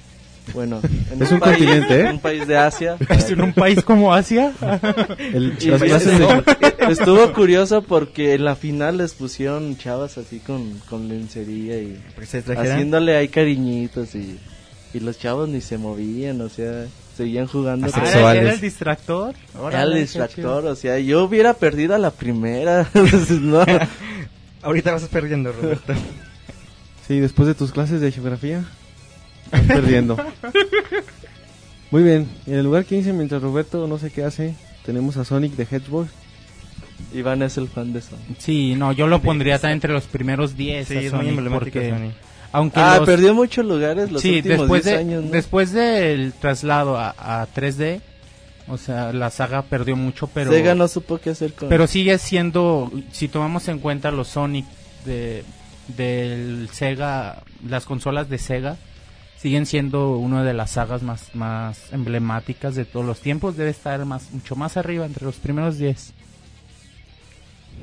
C: Bueno, en
B: Es un
C: país-
B: continente, ¿eh?
C: Un país de Asia.
D: En un país como Asia, Ah,
B: El-
C: Y
B: las
C: pues,
B: clases de-
C: estuvo, estuvo curioso porque en la final les pusieron chavas así con, con lencería y
E: Porque se trajeran.
C: haciéndole ahí cariñitos y, y los chavos ni se movían, o sea, seguían jugando.
E: Ah,
C: con-
E: Asexuales.
D: ¿era, era el distractor.
C: Era
D: Órale,
C: el
D: qué
C: distractor, o sea, yo hubiera perdido a la primera. Entonces, no.
E: Ahorita vas perdiendo, Roberto.
B: Sí, después de tus clases de geografía, vas perdiendo. Muy bien, en el lugar 15, mientras Roberto no sé qué hace, tenemos a Sonic de Hedgehog.
C: Iván es el fan de eso.
D: chido. Sí, no, yo lo pondría también entre los primeros 10.
E: Sí,
D: a
E: es
D: Sonic,
E: muy emblemático,
D: porque
E: Sony.
D: Aunque
C: Ah,
D: los-
C: perdió muchos lugares los
D: sí,
C: últimos
D: después,
C: 10
D: de,
C: años, ¿no?
D: después del traslado a, a 3D, o sea, la saga perdió mucho, pero...
C: Sega no supo qué hacer con...
D: Pero sigue siendo, si tomamos en cuenta los Sonic de, del Sega, las consolas de Sega, siguen siendo una de las sagas más, más emblemáticas de todos los tiempos. Debe estar más, mucho más arriba, entre los primeros 10.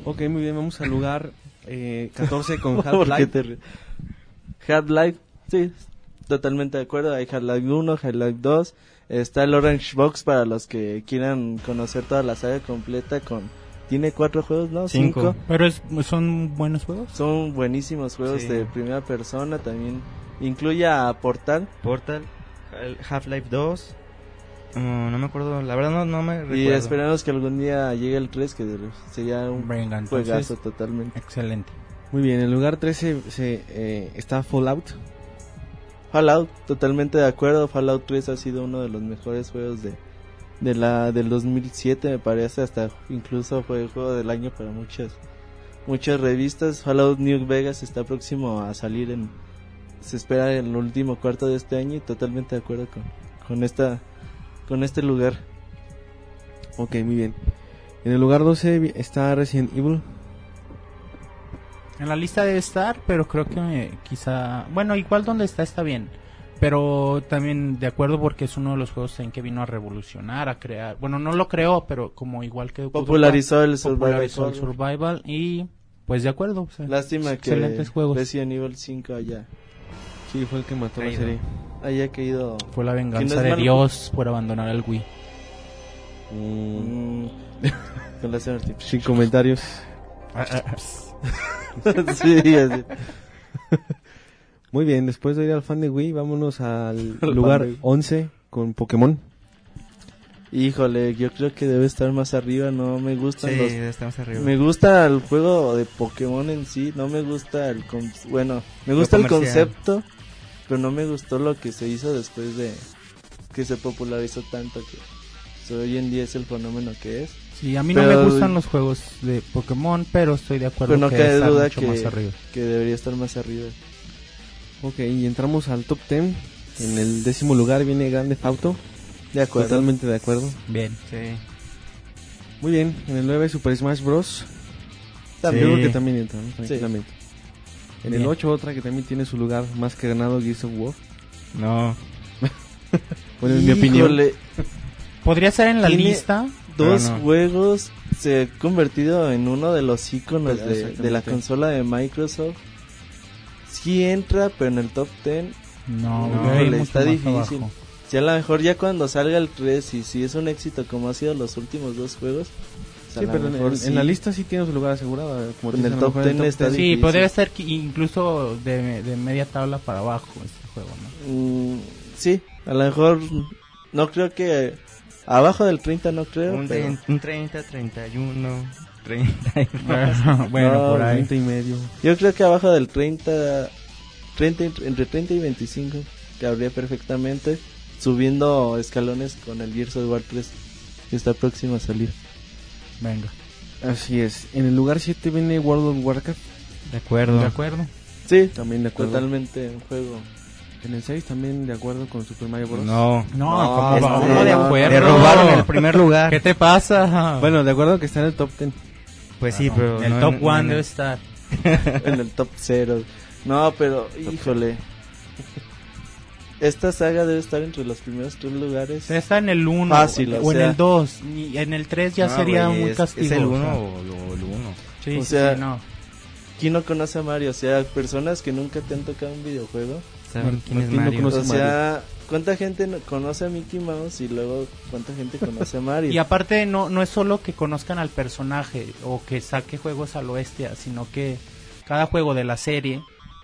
B: Ok, muy bien, vamos al lugar eh, 14 con
C: ¿Por qué
B: Half-Life.
C: te ríes? Half-Life, sí, totalmente de acuerdo. Hay Half-Life 1, Half-Life 2. Está el Orange Box para los que quieran conocer toda la saga completa con... Tiene cuatro juegos, ¿no?
E: Cinco.
D: Pero es, son buenos juegos.
C: Son buenísimos juegos
E: Sí.
C: de primera persona también. Incluye a Portal
E: Portal, Hal- Half-Life 2. mm, no me acuerdo, la verdad no, no me recuerdo.
C: y esperamos que algún día llegue el 3 que sería un
D: Venga, entonces-
C: juegazo totalmente.
D: Excelente.
B: Muy bien, en el lugar 13 se, eh, está Fallout.
C: Fallout, totalmente de acuerdo. Fallout 3 ha sido uno de los mejores juegos de, de la del 2007, me parece. Hasta incluso fue el juego del año para muchas muchas revistas. Fallout New Vegas está próximo a salir en se espera en el último cuarto de este año y totalmente de acuerdo con, con esta con este lugar.
B: Ok, muy bien. En el lugar 12 vi- está Resident Evil.
D: En la lista debe estar, pero creo que eh, quizá... Bueno, igual donde está está bien. Pero también de acuerdo porque es uno de los juegos en que vino a revolucionar, a crear... Bueno, no lo creó, pero como igual que...
C: Popularizó el Survival
D: popularizó el
C: Horror.
D: survival y pues de acuerdo. o sea,
C: Lástima que
D: excelentes juegos.
C: Resident Evil 5 haya,
B: Sí, fue el que mató la
E: Caído.
B: serie.
C: haya caído.
D: Fue la
C: Que no
D: venganza
C: es
D: de
C: malo.
D: Dios por abandonar el Wii.
B: Mm,
C: mm, con la suerte.
B: sin comentarios.
C: sí, así.
B: Muy bien, después de ir al fan de Wii, vámonos al
C: fan
B: lugar
C: de Wii.
B: 11 con Pokémon.
C: Híjole, yo creo que debe estar más arriba, no me
E: Sí,
C: gustan
E: estamos arriba.
C: los... Me gusta el juego de Pokémon en sí, no me gusta el... con- Bueno, me
E: Lo
C: gusta el
E: comercial.
C: concepto, pero no me gustó lo que se hizo después de que se popularizó tanto que so, hoy en día es el fenómeno que es.
D: Sí, a mí no
C: Pero-
D: me gustan los juegos de Pokémon, pero estoy de acuerdo
C: Pero no
D: que
C: cabe
D: está
C: duda
D: mucho
C: que-
D: más arriba.
C: Que debería estar más arriba.
B: Ok, y entramos al top 10. En el décimo lugar viene Grande Auto.
C: De acuerdo.
B: Totalmente de acuerdo.
D: Bien.
E: Sí.
B: Muy bien, en el 9 Super Smash Bros.
E: También.
B: Yo
E: Sí.
B: creo que también entra, ¿no? tranquilamente. En el
D: Bien.
B: 8 otra que también tiene su lugar más que ganado Gears of War.
E: No.
B: Bueno, en mi opinión.
C: Híjole,
D: Podría ser en la
C: Tiene-
D: lista.
C: dos
E: No, no.
C: juegos se ha convertido en uno de los iconos
B: Pero
C: de, de la
B: Pues, exactamente.
C: consola de Microsoft. Sí entra, pero en el top 10
D: No,
E: No,
D: güey,
C: le
D: mucho
C: está
D: más
C: difícil.
D: abajo.
C: Si a lo mejor ya cuando salga el 3 y si es un éxito como ha sido los últimos dos juegos. pues a
B: Sí,
C: lo
B: pero en,
C: mejor
B: en
C: sí.
B: la lista sí tiene su lugar asegurado. eh, Como
C: En
B: te
C: el
B: dicen, a lo
C: top
B: mejor en
C: 10 está
D: Sí,
B: 10.
C: difícil.
D: podría ser que incluso de, de media tabla para abajo este juego, ¿no?
C: Mm, sí, a lo mejor no creo que... Abajo del 30 no creo,
E: Un,
C: pero...
E: tre- un 30, 31, 30.
D: Bueno, bueno,
C: No,
D: por ahí.
B: 30 y medio.
C: Yo creo que abajo del 30, 30 y- entre 30 y 25 cabría perfectamente subiendo escalones con el Gears of War 3 que está próximo a salir.
D: Venga.
B: Así es. En el lugar 7 viene World of Warcraft.
E: De
D: De
E: acuerdo.
D: acuerdo.
C: Sí,
B: También de acuerdo.
C: totalmente un juego.
B: En el 6 también de acuerdo con Super Mario Bros.
E: No. Ah,
D: No,
C: No,
D: ¿cómo va?
C: este,
D: Uno de
C: no,
D: acuerdo.
E: Le robaron el primer lugar.
D: ¿Qué te pasa?
B: Bueno, de acuerdo que está en el top 10.
E: Pues sí, pero.
D: el
E: no-
D: top
E: no-
D: one
E: no-
D: debe estar.
C: en el top 0. No, pero híjole. esta saga debe estar entre los primeros tres lugares.
D: Está en el 1
C: Fácil,
D: o,
C: o
D: en
C: sea.
D: el 2. En el 3 ya
E: No,
D: sería
E: Ah, güey,
D: muy
E: es-
D: castigo.
E: ¿Es el
D: o
E: 1
D: sea.
E: o lo- lo 1?
D: Sí,
C: O
D: sí,
C: sea,
D: sí, no.
C: ¿Quién no conoce a Mario? O sea, personas que nunca te han tocado un videojuego.
E: ¿Saben quién es
B: Martín no
E: Mario?
B: conoce-
C: O sea, ¿cuánta gente no- conoce a Mickey Mouse y luego cuánta gente conoce a Mario?
D: Y aparte no, no es solo que conozcan al personaje o que saque juegos al oeste, sino que cada juego de la serie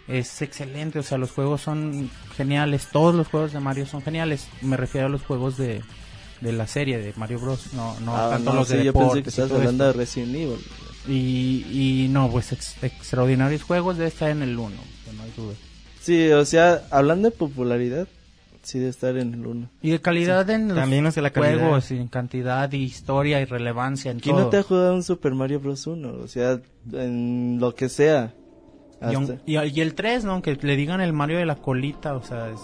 D: es excelente, o sea, los juegos son geniales, todos los juegos de Mario son geniales, me refiero a los juegos de, de la serie de Mario Bros, no, no
C: Ah,
D: tanto
C: no,
D: los
C: sí,
D: de
C: yo pensé
D: deportes
C: que
D: y
C: estabas
D: todo
C: hablando de
D: esto.
C: Resident Evil.
D: y, y no, pues ex- extraordinarios juegos debe estar en el 1, no hay duda.
C: Sí, o sea, hablando de popularidad, sí debe estar en el 1.
D: Y de calidad en los
E: También no sé la calidad.
D: juegos, y en cantidad, y historia y relevancia, en
C: ¿Quién
D: todo.
C: no te ha jugado un Super Mario Bros. 1? O sea, en lo que sea.
D: Y,
C: Hasta-
D: aun- y, y el 3, ¿no? Aunque le digan el Mario de la colita, o sea, es...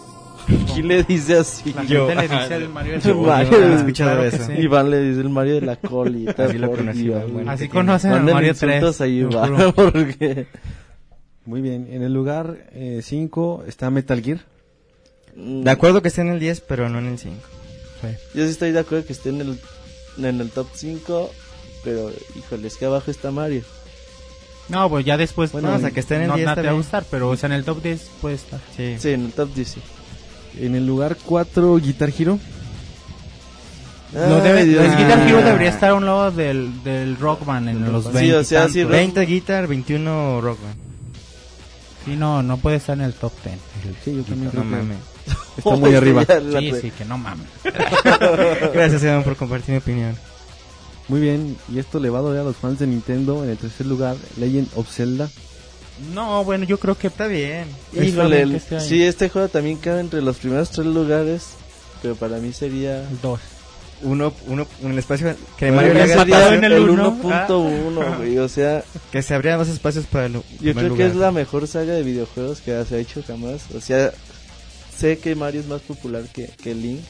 C: ¿Quién le dice así?
D: La
E: Yo.
D: gente le dice el Mario de la
C: Yo,
D: colita.
C: yo no he
E: escuchado
D: que
E: eso.
D: sí.
C: Iván le dice el Mario de la colita.
E: Así lo
C: por
E: conocí,
C: Dios.
E: Iván, bueno.
D: Así
E: Pequeño.
D: conocen al
C: Mándenle
D: Mario
C: insultos
D: 3.
C: a
D: yo
C: Iván,
D: juro.
C: porque...
B: Muy bien, en el lugar 5 está Metal Gear.
E: De acuerdo que esté en el 10, pero no en el 5.
C: mm, Yo sí estoy de acuerdo que esté en el, en el top 5, pero híjole, es que abajo está Mario.
D: No, pues ya después...
E: Bueno, o sea, que esté en el
D: no,
E: 10
D: no te va a
E: también.
D: gustar, pero o sea, en el top 10 puede estar.
E: Sí.
C: Sí, en el top 10. sí.
B: En el lugar 4 Guitar Hero.
D: No debe,
C: Ay, Dios
D: el
C: mío.
D: Guitar Hero debería estar a un lado del, del Rockman en los
C: Sí,
D: 20
C: o sea,
D: y tantos.
C: sí, Rock-
E: 20 guitar, 21 rock. güey.
D: Sí, no, no puede estar en el top 10.
B: Sí, yo también creo
E: No
B: que
E: mames.
B: está muy arriba.
C: Ya la
D: Sí,
C: re-
D: sí, que no mames.
E: Gracias, Evan, por compartir mi opinión.
B: Muy bien, y esto le va a doler a los fans de Nintendo. En el tercer lugar, Legend of Zelda.
D: No, bueno, yo creo que...
E: Está bien.
C: Híjole, el-
D: Este año.
C: sí, este juego también cabe entre los primeros tres lugares, pero para mí sería...
D: El 2.
E: Uno, uno, en el espacio que
C: Para mí
E: Mario le haga
C: sería
E: espacio,
D: en el
C: el
D: uno.
C: 1.1, güey, o sea,
E: que se abrían más espacios para el Yo
C: yo creo que es la mejor saga de videojuegos que se ha hecho jamás, o sea, sé que Mario es más popular que, que Link,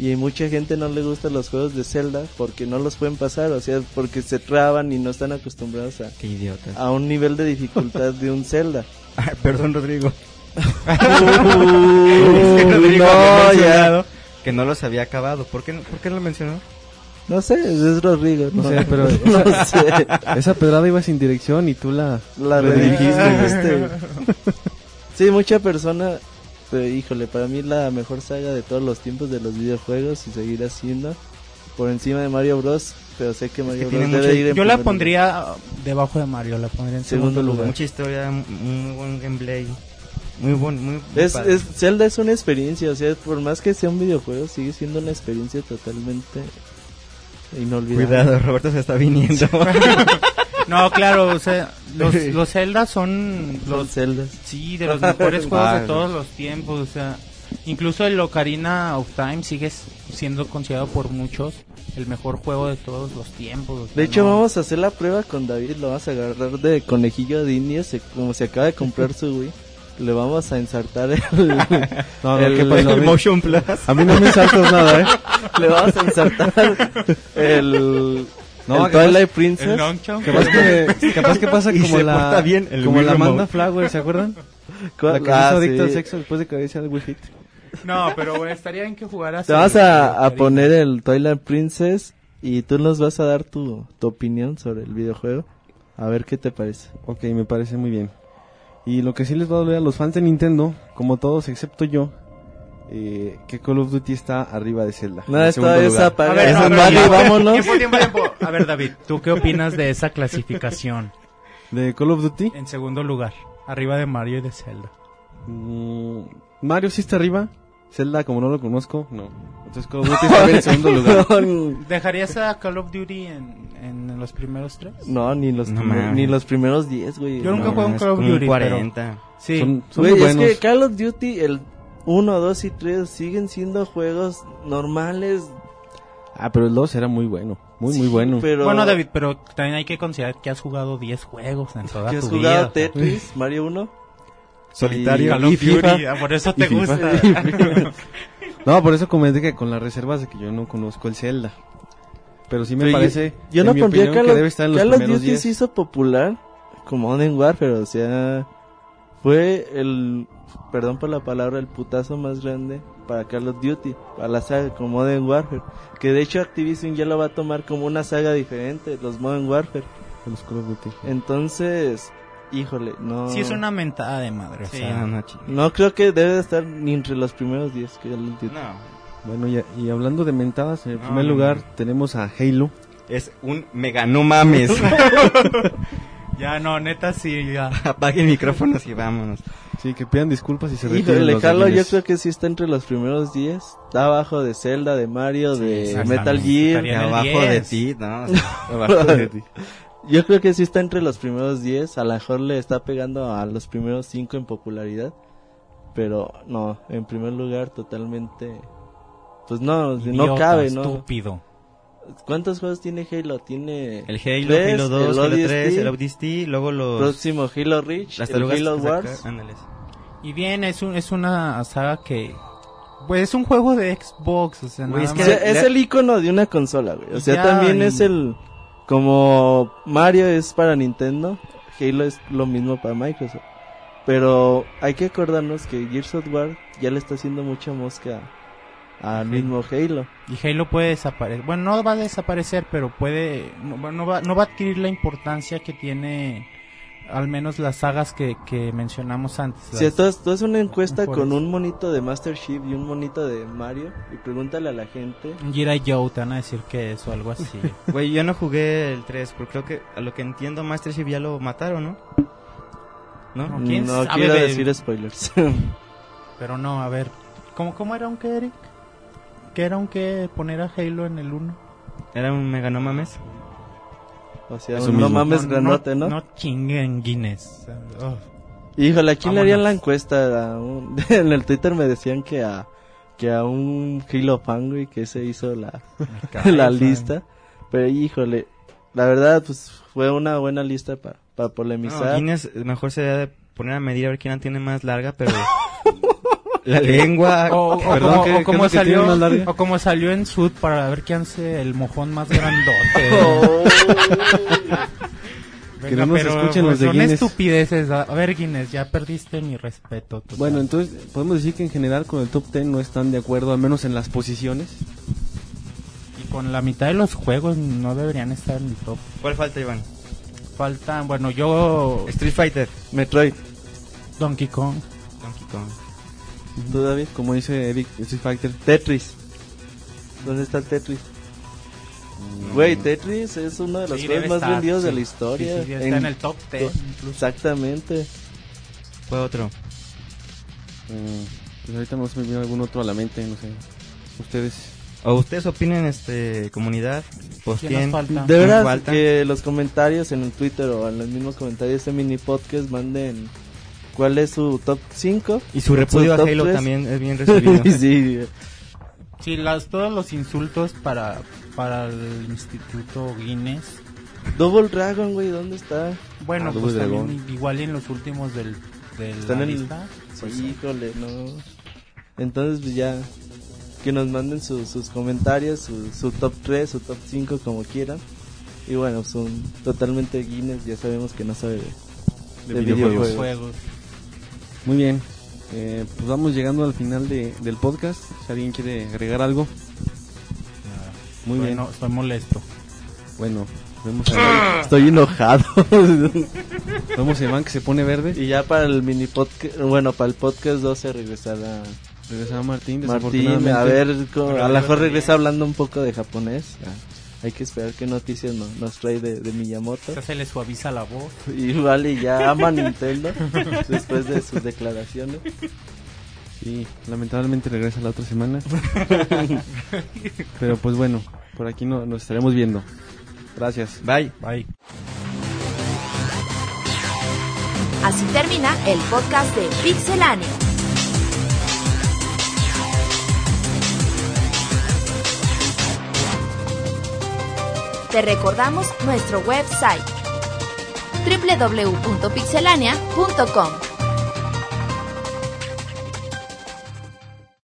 C: y mucha gente no le gustan los juegos de Zelda porque no los pueden pasar, o sea, porque se traban y no están acostumbrados a,
E: Qué idiota.
C: a un nivel de dificultad de un Zelda.
E: Ay, perdón, Rodrigo. Es que
C: Uh,
E: Rodrigo
C: no,
E: había
C: ya.
E: mencionado que no los había acabado. ¿Por qué, no- por qué lo mencionó?
C: No sé, es Rodrigo.
B: No
C: No,
B: sé, pero
C: no sé.
B: Esa pedrada iba sin dirección y tú la...
C: La redirigiste. este. Sí, mucha persona. Pero híjole, para mí la mejor saga de todos los tiempos de los videojuegos y seguir haciendo. Por encima de Mario Bros. Pero sé que Mario
E: tiene
C: Bros. debe
E: mucho-
C: ir en
D: Yo la
C: primer
D: pondría ah, debajo de Mario, la pondría en
C: Segundo
D: segundo lugar.
C: lugar.
E: Pues Mucha historia, mu- muy buen gameplay. Muy buen, muy
C: lugar. Es,
E: padre.
C: es- Zelda es una experiencia. O sea, por más que sea un videojuego, sigue siendo una experiencia totalmente inolvidable.
E: Cuidado, Roberto se está viniendo.
D: No, claro, o sea, los, los Zelda son
C: Son
D: los
C: Zeldas.
D: sí, de los mejores juegos de
E: Vale.
D: todos los tiempos, o sea, incluso el Ocarina of Time sigue siendo considerado por muchos el mejor juego de todos los tiempos. o sea,
C: De hecho,
D: no-
C: vamos a hacer la prueba con David. Lo vamos a agarrar de conejillo de indias. se- Como se acaba de comprar su Wii, le vamos a ensartar el.
B: No, no,
C: el-
B: ¿qué pasó?
E: el
B: Ven.
E: Motion Plus.
B: A mí no me saltas nada, ¿eh?
C: le vamos a ensartar el.
B: No,
C: el
B: que
C: Twilight
D: el
C: Princess.
D: long jump.
B: Capaz que, capaz que pasa
E: Y
B: como
E: se
B: la,
E: porta bien el
B: como
E: Wii
B: la
E: Remote.
B: Amanda Flower, ¿se acuerdan?
C: ¿Cuál-
B: La que se hizo
C: Ah,
B: adicta al
C: sí.
B: sexo después de que había el Wii Fit.
D: No, pero bueno, estaría bien que jugaras.
C: Te
D: el-
C: vas
D: el
C: a, a
D: Ocarina.
C: poner el Twilight Princess y tú nos vas a dar tu, tu opinión sobre el videojuego. A ver qué te parece.
B: Ok, me parece muy bien. Y lo que sí les va a doler a los fans de Nintendo, como todos excepto yo, eh, que Call of Duty está arriba de Zelda. en
C: No,
B: el
C: esta
B: segundo
C: es
B: lugar.
D: A
C: apaga.
D: ver,
C: es
D: no, pero
C: apaga y
D: tiempo,
C: vámonos.
D: tiempo, tiempo, tiempo. A ver, David, ¿tú qué opinas de esa clasificación
B: De Call of Duty,
D: en segundo lugar, arriba de Mario y de Zelda?
B: mm, Mario sí está arriba. Zelda, como no lo conozco, no. Entonces Call of Duty está en segundo lugar.
D: ¿Dejarías a Call of Duty en, en los primeros tres?
C: No, ni los,
E: No
C: primeros-
E: mames.
C: ni los primeros 10, güey.
D: Yo
C: No.
D: nunca jugué un
E: es
D: Call of
E: como un
D: Duty,
E: 40.
D: Sí.
B: Son, son
C: Güey,
B: muy
C: es
B: buenos.
C: que Call of Duty, el 1, 2 y 3 siguen siendo juegos normales.
B: Ah, pero el 2 era muy bueno. Muy, muy Mm. bueno.
C: Pero
D: Bueno, David, pero también hay que considerar que has jugado 10 juegos en toda
C: ¿que
D: tu
C: has jugado
D: vida.
C: Tetris, Mario 1?
E: Solitario.
D: Call of
B: y FIFA.
D: Duty, ah, por eso te
B: Y FIFA.
D: gusta.
B: No, por eso comenté que con las reservas de que yo no conozco el Zelda. Pero sí me
C: Pero yo-
B: parece,
C: Yo
B: en
C: no
B: mi
C: pondría
B: opinión,
C: Call
B: que
C: of,
B: debe estar en los
C: Call of
B: primeros
C: Duty
B: 10.
C: se hizo popular como Modern Warfare, o sea, Fue el, perdón por la palabra, el putazo más grande para Call of Duty, para la saga con Modern Warfare. Que de hecho Activision ya lo va a tomar como una saga diferente, los Modern Warfare.
B: de los Call of Duty. Eh,
C: Entonces, híjole, no.
D: Sí, es una mentada de madre. o
E: Sí,
D: sea,
E: no, no, chingada.
C: No creo que debe de estar ni entre los primeros 10 que Call of Duty.
E: No,
B: Bueno, ya- y hablando de mentadas, en el
E: No,
B: primer
E: no,
B: lugar
E: no.
B: tenemos a Halo.
E: es un mega no mames.
D: Ya, no, neta, sí, ya.
E: Apaguen micrófonos y vámonos.
B: Sí, que pidan disculpas y se retiren
C: Híjole,
B: los
C: Carlos, yo
B: dañines.
C: creo que sí está entre los primeros 10. Está abajo de Zelda, de Mario, de
D: exactamente.
C: Metal Gear.
D: Estaría- en el
E: Abajo de
D: 10.
E: ti, no.
B: Abajo de ti.
C: Yo creo que sí está entre los primeros 10. A lo mejor le está pegando a los primeros 5 en popularidad. Pero no, en primer lugar, totalmente. Pues no, no
D: Idiota,
C: cabe, ¿no?
D: Estúpido.
C: ¿Cuántos juegos tiene Halo? Tiene.
E: El Halo,
C: tres,
E: Halo 2,
C: el
E: Halo
C: ODST,
E: 3, el ODST, luego los...
C: Próximo Halo Reach,
E: Las
C: el
E: tarugas
C: Halo
E: que saca-
C: Wars.
E: ándales.
D: Y bien, es, un, es una saga que. Pues es un juego de Xbox, o sea,
E: Güey,
D: nada
E: es
C: O
E: que-
D: más.
C: sea, es
E: le-
C: el icono de una consola, güey. O sea,
D: Ya,
C: también
D: y-
C: es el. Como Mario es para Nintendo, Halo es lo mismo para Microsoft. Pero hay que acordarnos que Gears of War ya le está haciendo mucha mosca al mismo Halo.
D: Y Halo puede desaparecer. Bueno, no va a desaparecer, pero puede. No, va- no va, no va a adquirir la importancia que tiene. Al menos las sagas que, que mencionamos antes.
C: Si
D: las-
C: esto es, esto es una encuesta
D: Por
C: con
D: eso.
C: un monito de Master Chief y un monito de Mario y pregúntale a la gente.
D: G.I. Joe, te van a decir que es o algo así.
E: Güey, yo no jugué el 3, porque creo que a lo que entiendo Master Chief ya lo mataron, ¿no? ¿No?
D: No, ¿quién
C: no
D: sabe,
C: quiero
D: baby?
C: decir spoilers.
D: Pero no, a ver. ¿Cómo, cómo era un que, Eric? ¿Qué era un que poner a Halo en el 1?
E: Era un mega no mames.
C: o sea,
B: Eso
C: no
B: mismo.
C: mames grandote, ¿no?
D: No chinguen Guinness. Oh.
C: Híjole, ¿a quién le harían la
D: Vámonos.
C: encuesta? A un- en el Twitter me decían que a, que a un Halo fan, güey, que se hizo la, la lista. Pero híjole, la verdad, pues fue una buena lista para
E: No,
C: polemizar.
E: Guinness eh, mejor sería de poner a medir a ver quién la tiene más larga, pero... la lengua...
D: O, o
B: Perdón,
D: como,
B: ¿qué-
D: o
B: qué es
D: como
B: lo que tiene más
D: salió,
B: larga?
D: o como salió en Sud para ver quién hace el mojón más grandote.
C: Oh,
D: Venga,
B: Que no nos escuchen los de
D: pues, son
B: Guinness.
D: estupideces. A a ver, Guinness, ya perdiste mi respeto. total.
B: Bueno, entonces podemos decir que en general con el top 10 no están de acuerdo, al menos en las posiciones.
D: y con la mitad de los juegos no deberían estar en el top.
E: ¿Cuál falta, Iván?
D: Faltan, bueno, yo.
E: Street Fighter.
C: Metroid,
D: Donkey Kong.
E: Donkey Kong.
C: tú David,
B: Como dice Eric, Street Fighter.
C: Tetris. ¿Dónde está el Tetris? Güey, Tetris es uno de los
D: Sí,
C: juegos
D: debe
C: más
D: estar,
C: vendidos de
D: sí.
C: la historia.
D: Sí, sí, está en, el top 10.
C: Exactamente.
E: ¿Cuál otro?
B: Mm, pues ahorita no se me viene algún otro a la mente, no sé. Ustedes.
E: ¿O ustedes opinen, este, comunidad? Pues, Postien.
D: ¿Quién nos falta?
C: De
E: Nos
C: verdad
E: falta.
C: que los comentarios en el Twitter o en los mismos comentarios de este mini podcast manden cuál es su top 5.
E: Y su repudio a
C: top
E: Halo
C: tres.
E: también es bien recibido.
C: sí,
D: Sí, las, todos los insultos para, para el Instituto Guinness.
C: Double Dragon, güey, ¿dónde está?
D: Bueno,
B: Ah,
D: pues
B: Double
D: también igual y en los últimos del, de
C: Está
D: la
C: en el-
D: lista.
C: Híjole, no. Entonces, pues ya, que nos manden su- sus comentarios, su, su top 3, su top 5, como quieran. Y bueno, son totalmente Guinness, ya sabemos que no sabe de, de videojuegos.
D: Juegos.
B: Muy bien. Eh, pues vamos llegando al final de- del podcast. Si alguien quiere agregar algo. Muy
D: Muy bien. No, estoy molesto.
B: bien. Bueno, vemos a,
C: Estoy enojado.
B: vemos a Iván que se pone verde.
C: y ya para el mini podcast, bueno, para el podcast 12 regresará
B: Regresaba Martín,
C: Martín,
B: desafortunadamente.
C: a ver, co- a
E: Pero
C: lo mejor
E: también.
C: regresa hablando un poco de japonés. Hay que esperar qué noticias no- nos trae de, de Miyamoto.
D: Ya se le suaviza la voz.
C: Y vale, ya ama Nintendo después de sus declaraciones.
B: Sí, lamentablemente regresa la otra semana. Pero pues bueno, por aquí no, nos estaremos viendo. Gracias.
E: Bye.
D: Bye.
A: Así termina el podcast de Pixelania. Te recordamos nuestro website www.pixelania.com.